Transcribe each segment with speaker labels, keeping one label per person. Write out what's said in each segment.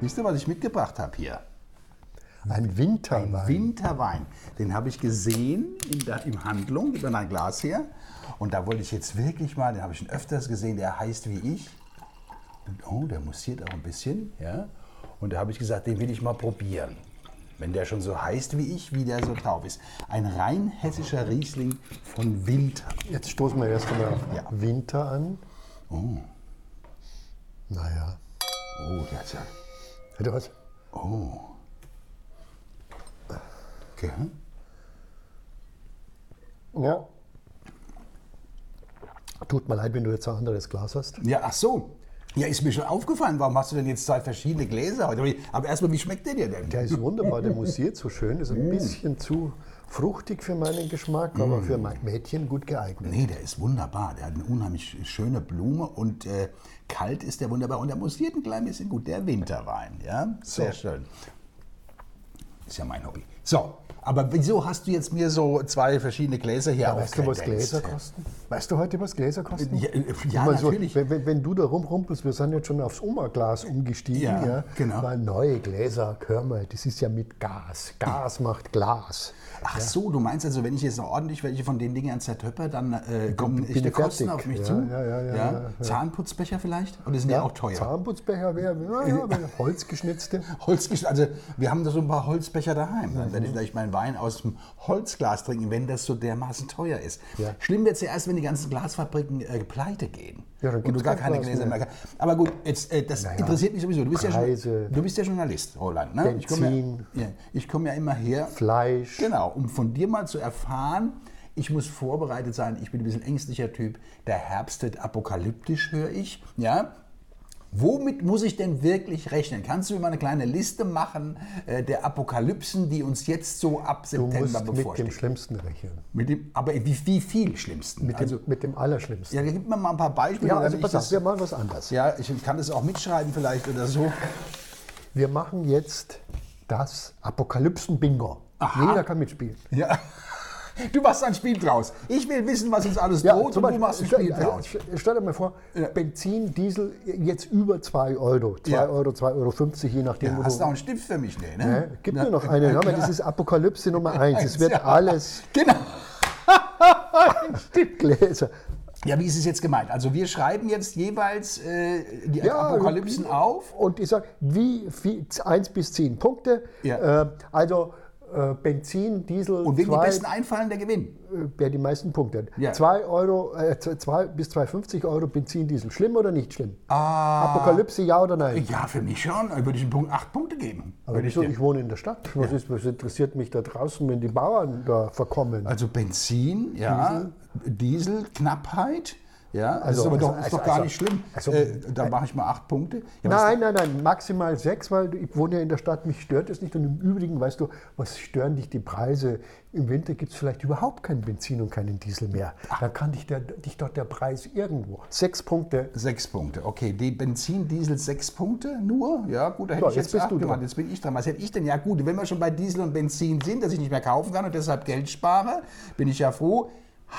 Speaker 1: Wisst ihr, was ich mitgebracht habe hier?
Speaker 2: Ein Winterwein.
Speaker 1: Winterwein. Den habe ich gesehen in der, im Handlung über ein Glas her. Und da wollte ich jetzt wirklich mal, den habe ich schon öfters gesehen, der heißt wie ich. Und oh, der mussiert auch ein bisschen. Ja? Und da habe ich gesagt, den will ich mal probieren. Wenn der schon so heißt wie ich, wie der so drauf ist. Ein rein hessischer Riesling von Winter.
Speaker 2: Jetzt stoßen wir erst einmal auf
Speaker 1: Ja.
Speaker 2: Winter an.
Speaker 1: Oh,
Speaker 2: Naja,
Speaker 1: oh der hat ja.
Speaker 2: hätte was.
Speaker 1: Oh. Okay. hm?
Speaker 2: Ja. Tut mir leid, wenn du jetzt ein anderes Glas hast.
Speaker 1: Ja, ach so. Ja, ist mir schon aufgefallen. Warum hast du denn jetzt zwei verschiedene Gläser heute? Aber erstmal, wie schmeckt der dir denn?
Speaker 2: Der ist wunderbar, der mussiert so schön. Ist ein bisschen zu fruchtig für meinen Geschmack, aber für mein Mädchen gut geeignet.
Speaker 1: Nee, der ist wunderbar. Der hat eine unheimlich schöne Blume und äh, kalt ist der wunderbar. Und der mussiert ein klein bisschen gut. Der Winterwein, ja? Sehr schön. Ist ja mein Hobby. So, aber wieso hast du jetzt mir so zwei verschiedene Gläser hier
Speaker 2: Ja, weißt du, was
Speaker 1: aufgedenzt?
Speaker 2: Gläser kosten? Weißt du heute, was Gläser kosten?
Speaker 1: Ja, äh, ja,
Speaker 2: Ich meine, so,
Speaker 1: natürlich.
Speaker 2: Wenn, wenn, wenn du da rumrumpelst, wir sind jetzt schon aufs Oma-Glas umgestiegen.
Speaker 1: Ja,
Speaker 2: Ja,
Speaker 1: genau.
Speaker 2: Weil neue Gläser, hör mal, das ist ja mit Gas. Gas macht Glas.
Speaker 1: Ach so, du meinst also, wenn ich jetzt noch ordentlich welche von den Dingern zertöpper, dann äh, kommen echte
Speaker 2: ich fertig.
Speaker 1: Kosten auf mich
Speaker 2: Ja,
Speaker 1: zu?
Speaker 2: ja, ja, ja, ja,
Speaker 1: Zahnputzbecher vielleicht? Und die sind ja, auch teuer. Äh,
Speaker 2: Zahnputzbecher wäre, ja, ja, aber holzgeschnitzte.
Speaker 1: Holzgesch also wir haben da so ein paar Holzbecher daheim. Dann
Speaker 2: Mhm.
Speaker 1: werde ich vielleicht meinen Wein aus dem Holzglas trinken, wenn das so dermaßen teuer ist.
Speaker 2: Ja.
Speaker 1: Schlimm wird es ja erst, wenn die ganzen Glasfabriken äh, pleite gehen.
Speaker 2: Ja, dann
Speaker 1: und du
Speaker 2: gibt's
Speaker 1: gar
Speaker 2: kein
Speaker 1: keine
Speaker 2: Glas
Speaker 1: Gläser
Speaker 2: mehr.
Speaker 1: mehr. Aber gut, jetzt, äh, das interessiert mich sowieso. Du bist, ja,
Speaker 2: Preise.
Speaker 1: schon, du bist ja Journalist, Roland. Ne? Ich komme
Speaker 2: Benzin.
Speaker 1: ja, ja, ich komm ja immer her.
Speaker 2: Fleisch.
Speaker 1: Genau, um von dir mal zu erfahren, ich muss vorbereitet sein, ich bin ein bisschen ängstlicher Typ, der Herbst wird apokalyptisch, höre ich. Ja? Womit muss ich denn wirklich rechnen? Kannst du mir mal eine kleine Liste machen äh, der Apokalypsen, die uns jetzt so ab
Speaker 2: Du
Speaker 1: September
Speaker 2: musst mit dem
Speaker 1: bevorstehen?
Speaker 2: Schlimmsten rechnen.
Speaker 1: Mit dem, aber wie, wie viel schlimmsten?
Speaker 2: Mit,
Speaker 1: also,
Speaker 2: dem, mit dem Allerschlimmsten.
Speaker 1: ja, gib mir mal ein paar Beispiele.
Speaker 2: Ja,
Speaker 1: dann
Speaker 2: also
Speaker 1: ich
Speaker 2: pass auf,
Speaker 1: das,
Speaker 2: wir machen was anderes.
Speaker 1: ja, ich kann das auch mitschreiben vielleicht oder so.
Speaker 2: Wir machen jetzt das Apokalypsen-Bingo.
Speaker 1: Aha.
Speaker 2: Jeder kann mitspielen.
Speaker 1: Ja. Du machst ein Spiel draus. Ich will wissen, was uns alles droht und du machst ein Spiel draus.
Speaker 2: stell, stell dir mal vor, Benzin, Diesel jetzt über 2 Euro. 2
Speaker 1: Ja.
Speaker 2: Euro, 2,50 Euro, 50, je nachdem.
Speaker 1: Ja,
Speaker 2: wo
Speaker 1: hast du
Speaker 2: du-
Speaker 1: auch einen Stift für mich? Nee,
Speaker 2: Hä?
Speaker 1: ne?
Speaker 2: Gib
Speaker 1: Na,
Speaker 2: mir noch einen.
Speaker 1: äh,
Speaker 2: Hör mal,
Speaker 1: klar.
Speaker 2: das ist Apokalypse Nummer 1. Es wird
Speaker 1: Ja.
Speaker 2: alles
Speaker 1: Genau.
Speaker 2: Gläser.
Speaker 1: Ja, wie ist es jetzt gemeint? Also wir schreiben jetzt jeweils äh, die
Speaker 2: Ja,
Speaker 1: Apokalypsen auf.
Speaker 2: Und ich sage, wie viel? 1 bis 10 Punkte.
Speaker 1: Ja.
Speaker 2: Äh, also äh, Benzin, Diesel,
Speaker 1: Und wem die
Speaker 2: zwei-
Speaker 1: besten einfallen, der gewinnt.
Speaker 2: äh, wer die meisten Punkte hat.
Speaker 1: Ja.
Speaker 2: 2 Euro, äh, 2 bis 2,50 Euro Benzin, Diesel. Schlimm oder nicht schlimm?
Speaker 1: Ah.
Speaker 2: Apokalypse, ja oder nein?
Speaker 1: Ja, für mich schon. Da Würde ich einen Punkt acht Punkte geben.
Speaker 2: Aber
Speaker 1: Würde ich
Speaker 2: wieso?
Speaker 1: dir.
Speaker 2: Ich wohne in der Stadt. Was, ist, was interessiert mich da draußen, wenn die Bauern da verkommen?
Speaker 1: Also Benzin, ja, Diesel, Knappheit. Ja, das ist
Speaker 2: Also-
Speaker 1: aber doch,
Speaker 2: also-
Speaker 1: ist doch
Speaker 2: also-
Speaker 1: gar
Speaker 2: also-
Speaker 1: nicht schlimm.
Speaker 2: also-
Speaker 1: äh, da mache ich mal acht Punkte. Ja, was-
Speaker 2: Nein, nein, nein, maximal sechs, weil ich wohne ja in der Stadt, mich stört es nicht. Und im Übrigen, weißt du, was stören dich die Preise? Im Winter gibt es vielleicht überhaupt kein Benzin und keinen Diesel mehr.
Speaker 1: Ah.
Speaker 2: Da kann dich, der, dich doch der Preis irgendwo. Sechs Punkte.
Speaker 1: Sechs Punkte. Okay, die Benzin, Diesel sechs Punkte nur. Ja, gut, da hätte
Speaker 2: So,
Speaker 1: ich
Speaker 2: jetzt
Speaker 1: jetzt,
Speaker 2: bist
Speaker 1: acht
Speaker 2: du dran.
Speaker 1: gemacht. Jetzt bin ich dran. Was hätte ich denn? Ja, gut, wenn wir schon bei Diesel und Benzin sind, dass ich nicht mehr kaufen kann und deshalb Geld spare, bin ich ja froh.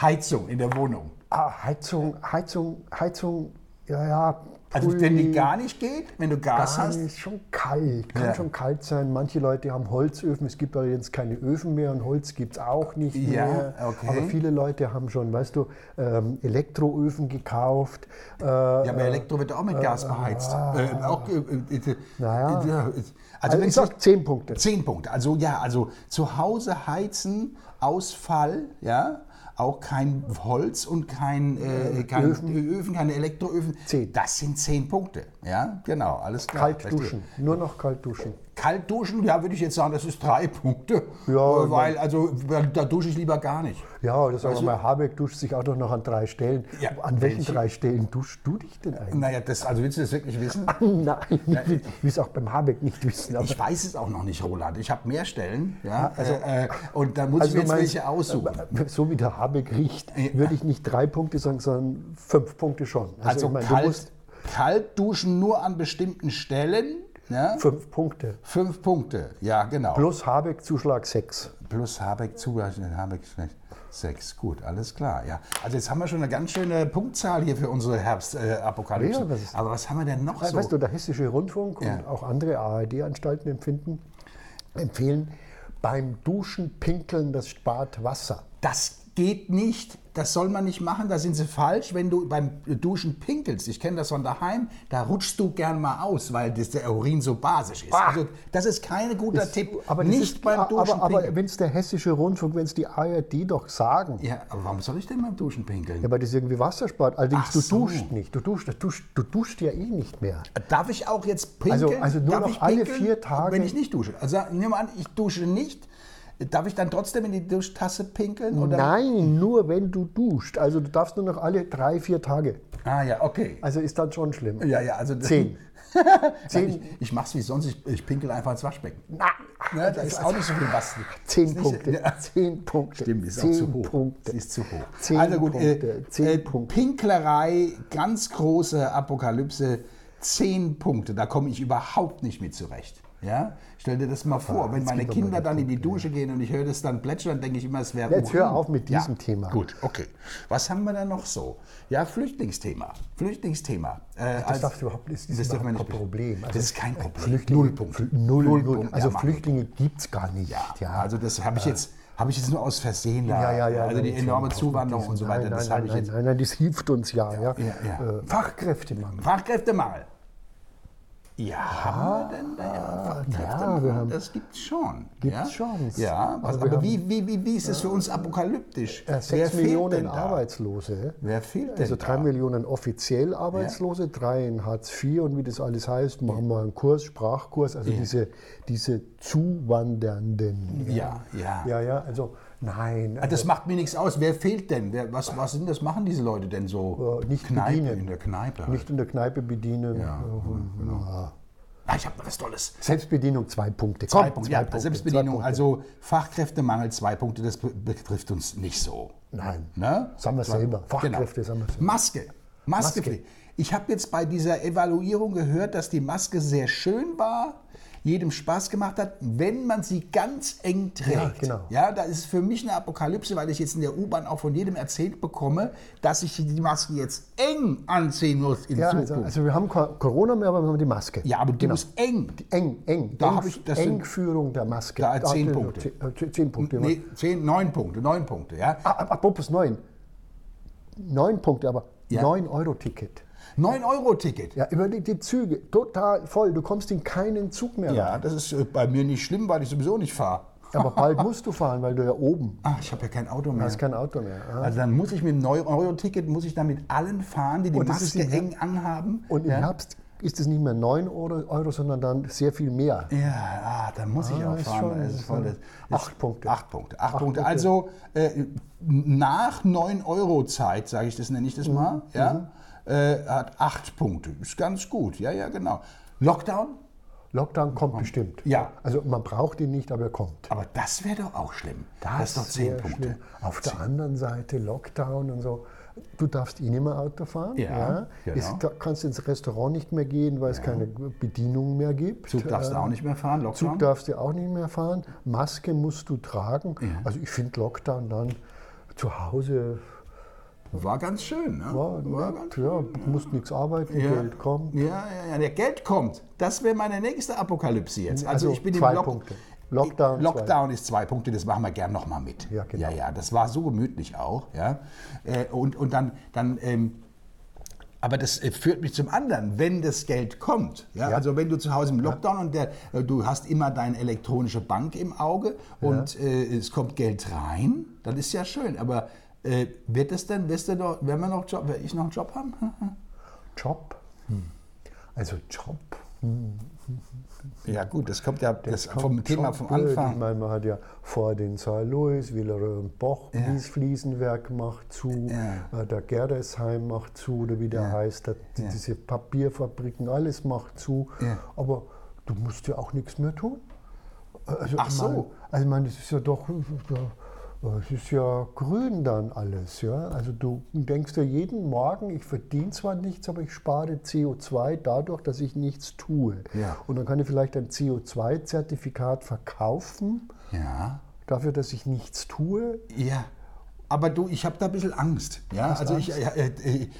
Speaker 1: Heizung in der Wohnung.
Speaker 2: Ah, Heizung, Heizung, Heizung, ja, ja.
Speaker 1: Also,
Speaker 2: Pulli,
Speaker 1: wenn die gar nicht geht, wenn du Gas
Speaker 2: Gar
Speaker 1: hast.
Speaker 2: nicht, Ah, schon kalt, kann
Speaker 1: Ja.
Speaker 2: schon kalt sein. Manche Leute haben Holzöfen, es gibt allerdings keine Öfen mehr und Holz gibt es auch nicht
Speaker 1: Ja,
Speaker 2: mehr.
Speaker 1: okay.
Speaker 2: Aber viele Leute haben schon, weißt du, ähm, Elektroöfen gekauft. Äh,
Speaker 1: Ja, also aber Elektro wird auch mit Gas beheizt. Äh, auch, äh, äh,
Speaker 2: Ah. Naja.
Speaker 1: ja, Also,
Speaker 2: also
Speaker 1: wenn
Speaker 2: ich
Speaker 1: es
Speaker 2: sag 10 Punkte.
Speaker 1: Zehn Punkte. Also ja, also zu Hause heizen, Ausfall, ja, auch kein Holz und kein, äh, kein Öfen. keine Elektroöfen.
Speaker 2: Zehn.
Speaker 1: Das sind zehn Punkte. Ja, genau, alles klar.
Speaker 2: Kalt
Speaker 1: Verstehe.
Speaker 2: duschen, nur noch kalt duschen.
Speaker 1: Kalt duschen, ja, würde ich jetzt sagen, das ist drei Punkte.
Speaker 2: Ja,
Speaker 1: Äh, weil, also, weil da dusche ich lieber gar nicht.
Speaker 2: Ja, das sagen wir mal, Habeck duscht sich auch doch noch an drei Stellen.
Speaker 1: Also Ja,
Speaker 2: an welchen
Speaker 1: welche?
Speaker 2: drei Stellen duschst du dich denn eigentlich?
Speaker 1: Naja, das, also willst du das wirklich wissen?
Speaker 2: Nein, ich will es auch beim Habeck nicht wissen. Aber
Speaker 1: Ich weiß es auch noch nicht, Roland. Ich habe mehr Stellen,
Speaker 2: Ah,
Speaker 1: ja, äh, äh, und da muss ich
Speaker 2: du
Speaker 1: mir jetzt
Speaker 2: meinst,
Speaker 1: welche aussuchen.
Speaker 2: äh, So wie der Habeck riecht, würde ich nicht drei Punkte sagen, sondern fünf Punkte schon.
Speaker 1: Also,
Speaker 2: ich meine, du
Speaker 1: kalt,
Speaker 2: musst
Speaker 1: kalt duschen nur an bestimmten Stellen. Ne?
Speaker 2: fünf Punkte.
Speaker 1: Fünf Punkte, ja genau.
Speaker 2: Plus Habeck Zuschlag sechs.
Speaker 1: Plus äh, Habeck, Zuschlag, Habeck schlecht. Sechs, gut, alles klar. Ja. Also jetzt haben wir schon eine ganz schöne Punktzahl hier für unsere Herbstapokalypse.
Speaker 2: Ja, das ist-
Speaker 1: Aber was haben wir denn noch so?
Speaker 2: Weißt du, der Hessische Rundfunk und
Speaker 1: Ja.
Speaker 2: auch andere ARD-Anstalten empfinden, empfehlen beim Duschen pinkeln, das spart Wasser.
Speaker 1: das geht nicht, das soll man nicht machen, da sind sie falsch, wenn du beim Duschen pinkelst. Ich kenne das von daheim, da rutschst du gern mal aus, weil das, der Urin so basisch ist. Also das ist kein guter Tipp,
Speaker 2: Ah! das
Speaker 1: nicht
Speaker 2: ist-
Speaker 1: beim Duschen
Speaker 2: Aber, aber
Speaker 1: pinkeln.
Speaker 2: wenn es der Hessische Rundfunk, wenn es die ARD doch sagen, ja.
Speaker 1: ja, aber warum soll ich denn beim Duschen pinkeln?
Speaker 2: weil das irgendwie Wasser spart. Allerdings,
Speaker 1: Ach
Speaker 2: du
Speaker 1: so.
Speaker 2: duschst nicht. Du duschst, du, duschst, du duschst ja eh nicht mehr.
Speaker 1: Darf ich auch jetzt pinkeln?
Speaker 2: Also- also nur
Speaker 1: Darf
Speaker 2: noch
Speaker 1: ich
Speaker 2: alle
Speaker 1: pinkeln,
Speaker 2: vier Tage-
Speaker 1: Wenn ich nicht dusche. Also nehmen wir an, ich dusche nicht. Darf ich dann trotzdem in die Duschtasse pinkeln? Oder?
Speaker 2: Nein, nur wenn du duscht. Also du darfst nur noch alle drei, vier Tage.
Speaker 1: Ah ja, okay.
Speaker 2: Also ist dann schon schlimm.
Speaker 1: Ja, ja, also
Speaker 2: Zehn.
Speaker 1: Zehn. Ich, ich mach's wie sonst, ich, ich pinkel einfach ins Waschbecken. Na, ne, da ist auch nicht so viel was.
Speaker 2: Zehn
Speaker 1: Ist nicht-
Speaker 2: Punkte.
Speaker 1: Ja.
Speaker 2: Zehn Punkte.
Speaker 1: Stimmt, ist
Speaker 2: Zehn
Speaker 1: auch zu hoch.
Speaker 2: Punkte.
Speaker 1: Ist zu hoch.
Speaker 2: Zehn
Speaker 1: also gut, äh,
Speaker 2: Punkte, zehn
Speaker 1: äh,
Speaker 2: Punkte.
Speaker 1: Pinklerei, ganz große Apokalypse, zehn Punkte, da komme ich überhaupt nicht mit zurecht. Ja? Stell dir das mal vor, wenn
Speaker 2: Ah, jetzt
Speaker 1: meine
Speaker 2: gib doch
Speaker 1: Kinder
Speaker 2: mal die
Speaker 1: dann in die Dusche gehen und ich höre das dann plätschern, denke ich immer, es wäre
Speaker 2: Jetzt hör
Speaker 1: Urin.
Speaker 2: auf mit diesem Thema.
Speaker 1: Gut, okay. Was haben wir denn noch so? Ja, Flüchtlingsthema. Flüchtlingsthema. Äh,
Speaker 2: Das darfst du überhaupt nicht. Das
Speaker 1: das
Speaker 2: ist
Speaker 1: darf man
Speaker 2: überhaupt
Speaker 1: nicht
Speaker 2: kein Problem.
Speaker 1: besprechen.
Speaker 2: Also
Speaker 1: das ist kein Problem.
Speaker 2: Flüchtlinge-
Speaker 1: null Punkte.
Speaker 2: Null, null.
Speaker 1: Punkte.
Speaker 2: Also
Speaker 1: Ja, Mann.
Speaker 2: Flüchtlinge gibt es gar nicht. Ja,
Speaker 1: Also das habe ich jetzt habe ich jetzt nur aus Versehen da.
Speaker 2: Ja, ja, ja,
Speaker 1: also die
Speaker 2: nein,
Speaker 1: enorme
Speaker 2: nein,
Speaker 1: Zuwanderung
Speaker 2: nein,
Speaker 1: und so weiter,
Speaker 2: Nein,
Speaker 1: das
Speaker 2: nein,
Speaker 1: habe ich
Speaker 2: nein,
Speaker 1: jetzt.
Speaker 2: Nein, nein, das hilft uns ja. ja,
Speaker 1: ja, ja.
Speaker 2: Äh, Fachkräftemangel.
Speaker 1: Fachkräftemangel. Ja, haben wir denn da ja, Fachkräftemangel?
Speaker 2: wir haben-
Speaker 1: das gibt's schon.
Speaker 2: Gibt's
Speaker 1: ja?
Speaker 2: schon.
Speaker 1: Ja, was,
Speaker 2: Also wir
Speaker 1: aber wie, wie, wie, wie ist es für uns apokalyptisch?
Speaker 2: Äh,
Speaker 1: Wer
Speaker 2: Sechs
Speaker 1: fehlt denn
Speaker 2: Millionen
Speaker 1: da?
Speaker 2: Arbeitslose.
Speaker 1: Wer fehlt denn
Speaker 2: Also drei
Speaker 1: da?
Speaker 2: Millionen offiziell Arbeitslose, drei in Hartz IV und wie das alles heißt, machen wir einen Kurs, Sprachkurs, also diese, diese Zuwandernden.
Speaker 1: Ja, ja.
Speaker 2: Ja, ja, also nein.
Speaker 1: Ah, Das macht mir nichts aus. Wer fehlt denn? Wer, was, was sind das? Machen diese Leute denn so?
Speaker 2: Äh, nicht
Speaker 1: Kneipe,
Speaker 2: bedienen.
Speaker 1: in der Kneipe. halt.
Speaker 2: äh, Nicht in der Kneipe bedienen.
Speaker 1: Ja, genau.
Speaker 2: Äh, ja.
Speaker 1: Ah, ich habe noch was Tolles.
Speaker 2: Selbstbedienung zwei Punkte.
Speaker 1: Zwei
Speaker 2: Komm,
Speaker 1: Punkte.
Speaker 2: zwei
Speaker 1: ja,
Speaker 2: Punkte,
Speaker 1: Selbstbedienung,
Speaker 2: zwei Punkte.
Speaker 1: also Fachkräftemangel, zwei Punkte, das be- betrifft uns nicht so.
Speaker 2: Nein.
Speaker 1: Ne?
Speaker 2: Das haben wir selber. Fachkräfte das haben wir selber.
Speaker 1: Maske. Maskepflicht. Ich habe jetzt bei dieser Evaluierung gehört, dass die Maske sehr schön war, jedem Spaß gemacht hat, wenn man sie ganz eng trägt.
Speaker 2: genau.
Speaker 1: Ja, da ist für mich eine Apokalypse, weil ich jetzt in der U-Bahn auch von jedem erzählt bekomme, dass ich die Maske jetzt eng anziehen muss in
Speaker 2: Ja,
Speaker 1: Zukunft.
Speaker 2: also, also wir haben Co- Corona mehr, aber wir haben die Maske.
Speaker 1: ja, aber die
Speaker 2: Genau.
Speaker 1: muss eng.
Speaker 2: Eng, eng.
Speaker 1: Da
Speaker 2: Eng-
Speaker 1: hab ich- das sind-
Speaker 2: Engführung der Maske.
Speaker 1: Da hat zehn
Speaker 2: hatte-
Speaker 1: Punkte.
Speaker 2: Zehn, äh, zehn Punkte.
Speaker 1: Nee, zehn, neun Punkte, neun Punkte, ja.
Speaker 2: Ah, ah, apropos neun. Neun Punkte, aber
Speaker 1: Ja.
Speaker 2: neun Euro Ticket.
Speaker 1: 9-Euro-Ticket.
Speaker 2: Ja, über die, die Züge, total voll. Du kommst in keinen Zug mehr rein.
Speaker 1: Ja, das ist äh, bei mir nicht schlimm, weil ich sowieso nicht fahre.
Speaker 2: Aber bald musst du fahren, weil du ja oben
Speaker 1: Ah, ich habe ja kein Auto mehr.
Speaker 2: hast kein Auto mehr. Ah.
Speaker 1: Also dann muss ich mit dem 9-Euro-Ticket, muss ich dann mit allen fahren, die die
Speaker 2: Und das ist
Speaker 1: Maske
Speaker 2: die-
Speaker 1: eng anhaben.
Speaker 2: Und im
Speaker 1: ja,
Speaker 2: Herbst ist es nicht mehr 9 Euro, Euro, sondern dann sehr viel mehr.
Speaker 1: ja ah, dann muss ich
Speaker 2: Ah,
Speaker 1: auch
Speaker 2: ist
Speaker 1: fahren.
Speaker 2: schon-
Speaker 1: Es ist
Speaker 2: ist
Speaker 1: voll,
Speaker 2: schon-
Speaker 1: das-
Speaker 2: Acht Punkte.
Speaker 1: Acht Punkte. Acht
Speaker 2: Acht
Speaker 1: Punkte.
Speaker 2: Punkte.
Speaker 1: Also äh, nach 9-Euro-Zeit, sage ich das, nenne ich das
Speaker 2: Mhm,
Speaker 1: mal, ja, äh, hat acht Punkte. Ist ganz gut. Ja, ja, genau. Lockdown?
Speaker 2: Lockdown kommt bestimmt.
Speaker 1: Ja.
Speaker 2: Also man braucht ihn nicht, aber er kommt.
Speaker 1: Aber das wäre doch auch schlimm. Das, ist doch
Speaker 2: wär
Speaker 1: zehn Punkte.
Speaker 2: schlimm. Auf der anderen Seite Lockdown und so. Du darfst eh nicht mehr Auto fahren.
Speaker 1: Ja, genau.
Speaker 2: Ist, da kannst ins Restaurant nicht mehr gehen, weil es keine Bedienung mehr gibt.
Speaker 1: Zug darfst du auch nicht mehr fahren, Lockdown?
Speaker 2: Äh, Zug darfst du auch nicht mehr fahren. Maske musst du tragen. Also ich finde Lockdown dann zu Hause,
Speaker 1: War ganz schön, ne?
Speaker 2: ja, nett, ja, musst nichts arbeiten, Geld kommt.
Speaker 1: Ja, ja, ja, der Geld kommt. Das wäre meine nächste Apokalypse jetzt. Also, ich bin
Speaker 2: zwei
Speaker 1: im Lock
Speaker 2: Punkte. Lockdown.
Speaker 1: Lockdown ist zwei Punkte, das machen wir gern nochmal mit.
Speaker 2: Ja, genau.
Speaker 1: ja, ja, das war so gemütlich auch. Ja. Äh, Und, und dann, dann ähm, aber das äh, führt mich zum anderen, wenn das Geld kommt. Ja?
Speaker 2: Ja.
Speaker 1: Also wenn du zu Hause im Lockdown und der, äh, du hast immer deine elektronische Bank im Auge und äh, es kommt Geld rein, dann ist ja schön. Aber äh, wird das denn, wirst du noch, werden wir noch Job, werde ich noch einen Job haben?
Speaker 2: zwei. Job.
Speaker 1: Hm.
Speaker 2: Also Job.
Speaker 1: Ja gut, das kommt ja das vom Thema
Speaker 2: Job
Speaker 1: vom
Speaker 2: blöd. Ich
Speaker 1: Anfang.
Speaker 2: meine, man hat ja vor den Saar Louis, Willerer und Boch, dieses Fliesenwerk macht zu,
Speaker 1: Ja.
Speaker 2: äh, der Gerdersheim macht zu, oder wie der heißt, der, die- diese Papierfabriken, alles macht zu.
Speaker 1: Ja.
Speaker 2: Aber du musst ja auch nichts mehr tun. Also,
Speaker 1: Ach
Speaker 2: ich
Speaker 1: so.
Speaker 2: meine- Also ich meine, das ist ja doch, ja, es ist ja grün dann alles, ja. Also du denkst ja jeden Morgen, ich verdiene zwar nichts, aber ich spare CO2 dadurch, dass ich nichts tue.
Speaker 1: Ja.
Speaker 2: Und dann kann ich vielleicht ein CO2-Zertifikat verkaufen
Speaker 1: Ja,
Speaker 2: dafür, dass ich nichts tue.
Speaker 1: ja. Aber du, ich habe da ein bisschen Angst. Ja? Also ich, ja, äh,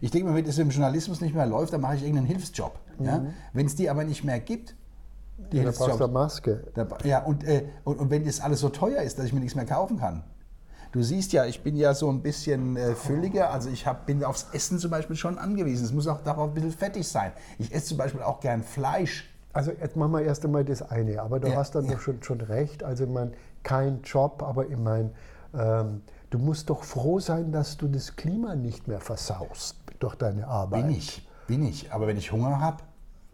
Speaker 1: ich denke mal, wenn es im Journalismus nicht mehr läuft, dann mache ich irgendeinen Hilfsjob. Ja? Wenn es die aber nicht mehr gibt, die
Speaker 2: Da brauchst du eine
Speaker 1: Hilfsjobs,
Speaker 2: Maske.
Speaker 1: da, ja, und, äh, und, und wenn das alles so teuer ist, dass ich mir nichts mehr kaufen kann. Du siehst ja, ich bin ja so ein bisschen äh, fülliger, also ich hab, bin aufs Essen zum Beispiel schon angewiesen. Es muss auch darauf ein bisschen fettig sein. Ich esse zum Beispiel auch gern Fleisch.
Speaker 2: Also jetzt machen wir erst einmal das eine, aber du
Speaker 1: Ja,
Speaker 2: hast dann
Speaker 1: ja.
Speaker 2: doch schon, schon recht. Also ich mein, kein Job, aber ich mein, ähm, du musst doch froh sein, dass du das Klima nicht mehr versaust durch deine Arbeit.
Speaker 1: Bin ich, bin ich. Aber wenn ich Hunger habe,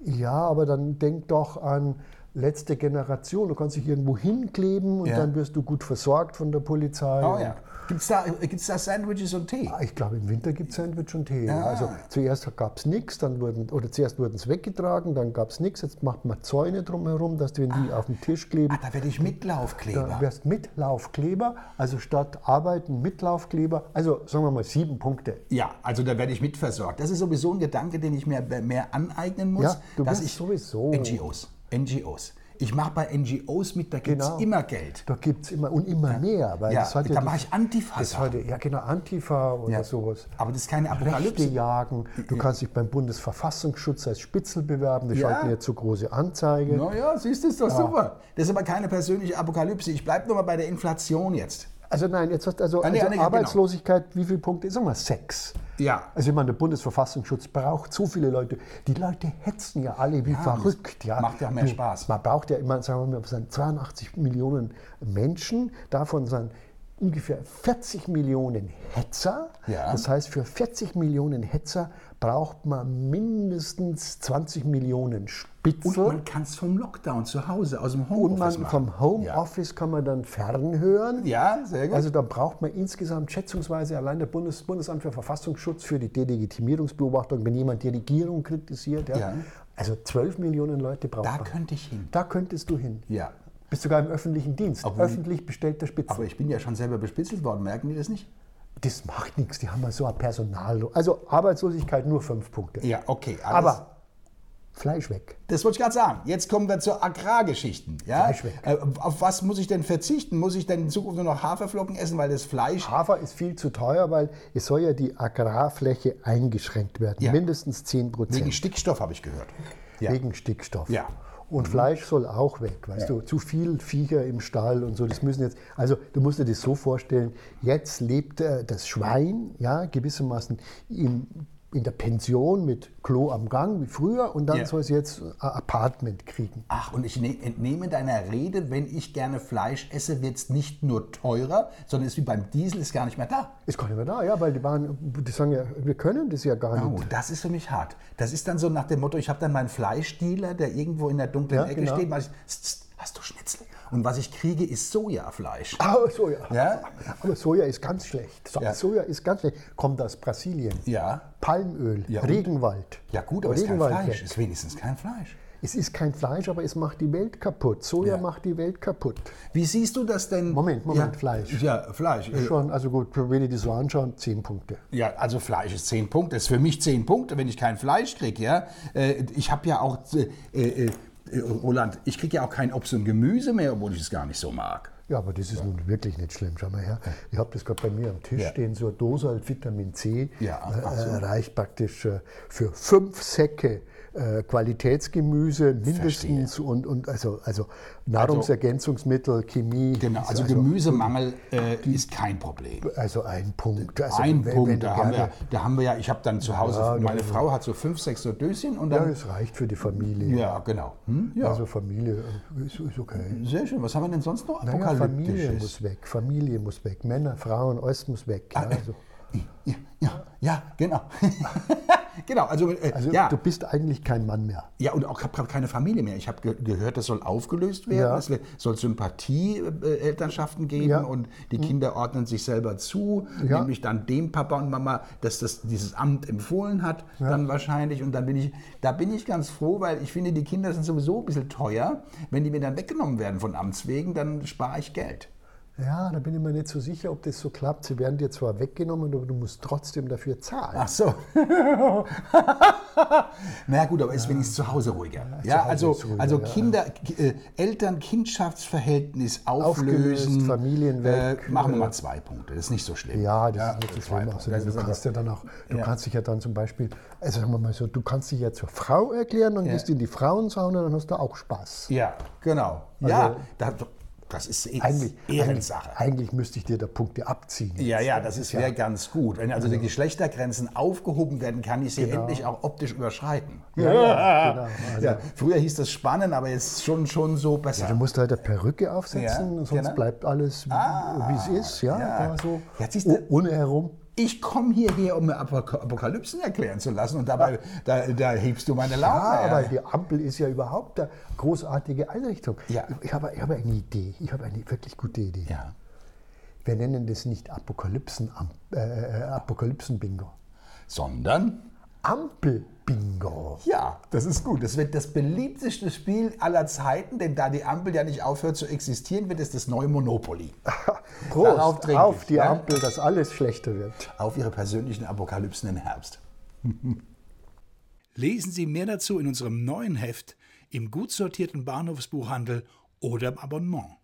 Speaker 2: Ja, aber dann denk doch an letzte Generation. Du kannst dich irgendwo hinkleben und
Speaker 1: Ja.
Speaker 2: dann wirst du gut versorgt von der Polizei.
Speaker 1: oh
Speaker 2: und
Speaker 1: ja. Gibt es da, gibt's da Sandwiches und Tee?
Speaker 2: Ah, Ich glaube, im Winter gibt es Sandwich und Tee.
Speaker 1: Ah.
Speaker 2: Also zuerst gab es nichts, dann wurden, oder zuerst wurden es weggetragen, dann gab es nichts. Jetzt macht man Zäune drumherum, dass wenn die auf den Tisch kleben,
Speaker 1: Ah, da werde ich
Speaker 2: dann
Speaker 1: Mitlaufkleber.
Speaker 2: wärst Mitlaufkleber. Also statt arbeiten Mitlaufkleber. Also sagen wir mal sieben Punkte.
Speaker 1: Ja, also da werde ich mitversorgt. Das ist sowieso ein Gedanke, den ich mir mehr aneignen muss.
Speaker 2: Ja, du
Speaker 1: dass
Speaker 2: bist
Speaker 1: ich
Speaker 2: sowieso-
Speaker 1: NGOs, NGOs. Ich mache bei NGOs mit, da gibt es
Speaker 2: Genau.
Speaker 1: immer Geld.
Speaker 2: Da gibt es immer und immer mehr. Weil
Speaker 1: Ja,
Speaker 2: das hat ja
Speaker 1: da
Speaker 2: die-
Speaker 1: mache ich Antifa.
Speaker 2: das heute, ja genau, Antifa oder
Speaker 1: Ja.
Speaker 2: sowas.
Speaker 1: Aber das ist keine
Speaker 2: Rechte
Speaker 1: Apokalypse.
Speaker 2: jagen, du kannst dich beim Bundesverfassungsschutz als Spitzel bewerben, die
Speaker 1: Ja.
Speaker 2: schalten jetzt so große Anzeige.
Speaker 1: Naja, siehst du, ist doch super. Das ist aber keine persönliche Apokalypse. Ich bleibe mal bei der Inflation jetzt.
Speaker 2: Also nein, jetzt hast also,
Speaker 1: Ah, nee,
Speaker 2: also
Speaker 1: ah, nee, genau.
Speaker 2: Arbeitslosigkeit, wie viele Punkte? Sagen wir sechs.
Speaker 1: Ja.
Speaker 2: Also ich meine, der Bundesverfassungsschutz braucht so viele Leute. Die Leute hetzen ja alle wie verrückt. Ja.
Speaker 1: macht ja auch mehr Spaß.
Speaker 2: Man braucht ja immer, sagen wir mal, sind 82 Millionen Menschen, davon sind ungefähr 40 Millionen Hetzer.
Speaker 1: Ja.
Speaker 2: Das heißt, für 40 Millionen Hetzer braucht man mindestens 20 Millionen
Speaker 1: Und
Speaker 2: Spitzel.
Speaker 1: man kann es vom Lockdown zu Hause, aus dem
Speaker 2: Also- Und man
Speaker 1: Homeoffice machen.
Speaker 2: vom Homeoffice kann man dann fernhören.
Speaker 1: Ja, sehr gut.
Speaker 2: Also da braucht man insgesamt schätzungsweise allein der Bundes Bundesamt für Verfassungsschutz für die Delegitimierungsbeobachtung, wenn jemand die Regierung kritisiert. Ja,
Speaker 1: Ja.
Speaker 2: Also 12 Millionen Leute braucht
Speaker 1: da
Speaker 2: man.
Speaker 1: könnte ich hin.
Speaker 2: Da könntest du hin.
Speaker 1: Ja.
Speaker 2: Bist sogar im öffentlichen Dienst.
Speaker 1: Obwohl-
Speaker 2: Öffentlich bestellter Spitze.
Speaker 1: Aber ich bin ja schon selber bespitzelt worden, merken die das nicht?
Speaker 2: das macht nichts. Die haben ja so ein Personal. Also Arbeitslosigkeit nur fünf Punkte.
Speaker 1: Ja, okay. alles-
Speaker 2: Aber Fleisch weg.
Speaker 1: Das wollte ich gerade sagen. Jetzt kommen wir zu Agrargeschichten. Ja?
Speaker 2: Fleisch weg.
Speaker 1: Äh, auf was muss ich denn verzichten? Muss ich denn in Zukunft nur noch Haferflocken essen, weil das Fleisch.
Speaker 2: Hafer ist viel zu teuer, weil es soll ja die Agrarfläche eingeschränkt werden.
Speaker 1: Ja.
Speaker 2: Mindestens 10 Prozent.
Speaker 1: Wegen Stickstoff habe ich gehört. Ja.
Speaker 2: wegen Stickstoff.
Speaker 1: Ja. Mhm.
Speaker 2: Und Fleisch soll auch weg, weißt du, zu viel Viecher im Stall und so, das müssen jetzt, also du musst dir das so vorstellen, jetzt lebt äh, das Schwein, ja, gewissermaßen im, in der Pension mit Klo am Gang wie früher und dann
Speaker 1: Ja.
Speaker 2: soll es jetzt ein Apartment kriegen.
Speaker 1: Ach, und ich ne entnehme deiner Rede, wenn ich gerne Fleisch esse, wird es nicht nur teurer, sondern ist wie beim Diesel, ist gar nicht mehr da.
Speaker 2: Ist gar nicht mehr da, ja, weil die waren, die sagen ja, wir können das ja gar
Speaker 1: Oh,
Speaker 2: nicht.
Speaker 1: das ist für mich hart. Das ist dann so nach dem Motto, ich habe dann meinen Fleischdealer, der irgendwo in der dunklen
Speaker 2: Ja,
Speaker 1: Ecke
Speaker 2: genau.
Speaker 1: steht, mache ich, "Tst, tst, hast du Schnitzel? Und was ich kriege, ist Sojafleisch.
Speaker 2: Ah, Soja.
Speaker 1: Ja?
Speaker 2: Aber Soja ist ganz schlecht. So,
Speaker 1: Ja.
Speaker 2: Soja ist ganz schlecht. Kommt aus Brasilien.
Speaker 1: Ja.
Speaker 2: Palmöl,
Speaker 1: Ja, und?
Speaker 2: Regenwald.
Speaker 1: Ja gut, aber es ist kein
Speaker 2: Regenwald
Speaker 1: Fleisch.
Speaker 2: weg.
Speaker 1: Ist wenigstens kein Fleisch.
Speaker 2: Es ist kein Fleisch, aber es macht die Welt kaputt. Soja
Speaker 1: Ja.
Speaker 2: macht die Welt kaputt.
Speaker 1: Wie siehst du das denn?
Speaker 2: Moment, Moment,
Speaker 1: ja,
Speaker 2: Fleisch.
Speaker 1: Ja, Fleisch. Äh,
Speaker 2: Schon, also gut, wenn ich das so anschaue, 10 Punkte.
Speaker 1: Ja, also Fleisch ist 10 Punkte. Ist für mich 10 Punkte, wenn ich kein Fleisch kriege. Ja? Äh, Ich habe ja auch, äh, äh, äh, Roland, ich kriege ja auch kein Obst und Gemüse mehr, obwohl ich es gar nicht so mag.
Speaker 2: Ja, aber das ist nun wirklich nicht schlimm. Schau mal her. Ich habe das gerade bei mir am Tisch
Speaker 1: Ja.
Speaker 2: stehen, so eine Dose halt Vitamin C.
Speaker 1: Ja,
Speaker 2: äh,
Speaker 1: ach so.
Speaker 2: äh, reicht praktisch äh, für fünf Säcke äh, Qualitätsgemüse mindestens und, und also, also Nahrungsergänzungsmittel, Chemie.
Speaker 1: Genau,
Speaker 2: ist
Speaker 1: also Gemüsemangel äh, ist kein Problem.
Speaker 2: Also ein Punkt. Also
Speaker 1: Ein
Speaker 2: wenn- wenn
Speaker 1: Punkt,
Speaker 2: du
Speaker 1: da haben,
Speaker 2: gerne-
Speaker 1: wir, da haben wir ja, genau. ich habe dann zu Hause, meine Frau hat so fünf, sechs so Döschen und
Speaker 2: Ja,
Speaker 1: dann,
Speaker 2: es reicht für die Familie.
Speaker 1: ja, genau. Hm? Ja,
Speaker 2: Also Familie äh, ist, ist okay.
Speaker 1: sehr schön. Was haben wir denn sonst noch
Speaker 2: Naja, Familie
Speaker 1: Apokalyptisches?
Speaker 2: muss weg, Familie muss weg, Männer, Frauen, alles muss weg. Ja, also
Speaker 1: Ja, ja, ja, genau. genau, also, äh,
Speaker 2: also
Speaker 1: ja.
Speaker 2: du bist eigentlich kein Mann mehr.
Speaker 1: Ja, und auch habe keine Familie mehr. Ich habe ge gehört, das soll aufgelöst werden.
Speaker 2: Ja.
Speaker 1: Es wird- soll Sympathie-Elternschaften geben
Speaker 2: Ja. Mhm.
Speaker 1: und die Kinder ordnen sich selber zu,
Speaker 2: Ja.
Speaker 1: nämlich dann dem Papa und Mama, dass das dieses Amt empfohlen hat, dann wahrscheinlich. Und dann bin ich, da bin ich ganz froh, weil ich finde, die Kinder sind sowieso ein bisschen teuer. Wenn die mir dann weggenommen werden von Amts wegen, dann spare ich Geld.
Speaker 2: ja, da bin ich mir nicht so sicher, ob das so klappt. Sie werden dir zwar weggenommen, aber du musst trotzdem dafür zahlen.
Speaker 1: Ach so. Na gut, aber ist wenigstens zu Hause ruhiger. Ja,
Speaker 2: Hause
Speaker 1: also,
Speaker 2: ist ruhiger,
Speaker 1: also
Speaker 2: ja.
Speaker 1: Kinder, äh, Eltern-Kindschaftsverhältnis
Speaker 2: Aufgelöst,
Speaker 1: auflösen.
Speaker 2: Familien weg,
Speaker 1: Äh, machen wir
Speaker 2: äh,
Speaker 1: mal zwei Punkte. Das ist nicht so schlimm.
Speaker 2: Ja, das
Speaker 1: Ja,
Speaker 2: ist nicht so
Speaker 1: zwei
Speaker 2: schlimm.
Speaker 1: Punkte.
Speaker 2: Außerdem,
Speaker 1: Das
Speaker 2: du
Speaker 1: ist
Speaker 2: kannst ja dann auch, du
Speaker 1: Ja.
Speaker 2: kannst dich ja dann zum Beispiel, also sagen wir mal so, du kannst dich ja zur Frau erklären und
Speaker 1: Ja.
Speaker 2: gehst in die Frauensauna, dann hast du auch Spaß.
Speaker 1: Ja, genau. ja, da, das ist eh-
Speaker 2: Also Eigentlich,
Speaker 1: Ehrensache.
Speaker 2: eigentlich, eigentlich müsste ich dir da Punkte abziehen.
Speaker 1: Ja, ja, das ist wäre ganz gut. Wenn also die Geschlechtergrenzen aufgehoben werden, kann ich sie endlich auch optisch überschreiten.
Speaker 2: Genau. Ja, ja, genau. Also-
Speaker 1: ja, früher hieß das Spannen, aber jetzt schon, schon so besser.
Speaker 2: Du musst halt eine Perücke aufsetzen,
Speaker 1: Ja,
Speaker 2: sonst
Speaker 1: genau. Ah,
Speaker 2: bleibt alles, wie es ist. Ja,
Speaker 1: ja.
Speaker 2: Kann man so
Speaker 1: Jetzt siehst du-
Speaker 2: oh- ohne herum.
Speaker 1: Ich komme hierher, um mir Apok- Apokalypsen erklären zu lassen und dabei, da, da hebst du meine Laune.
Speaker 2: Ja, aber die Ampel ist ja überhaupt eine großartige Einrichtung.
Speaker 1: Ja.
Speaker 2: Ich, ich, habe, ich habe eine Idee, ich habe eine wirklich gute Idee.
Speaker 1: ja.
Speaker 2: Wir nennen das nicht Apokalypsen, äh, Apokalypsen-Bingo.
Speaker 1: Sondern,
Speaker 2: Ampel-Bingo.
Speaker 1: ja, das ist gut. Das wird das beliebteste Spiel aller Zeiten, denn da die Ampel ja nicht aufhört zu existieren, wird es das neue Monopoly. Darauf
Speaker 2: Prost
Speaker 1: trinke
Speaker 2: auf
Speaker 1: ich,
Speaker 2: die
Speaker 1: ne?
Speaker 2: Ampel, dass alles schlechter wird.
Speaker 1: auf Ihre persönlichen Apokalypsen im Herbst. Lesen Sie mehr dazu in unserem neuen Heft im gut sortierten Bahnhofsbuchhandel oder im Abonnement.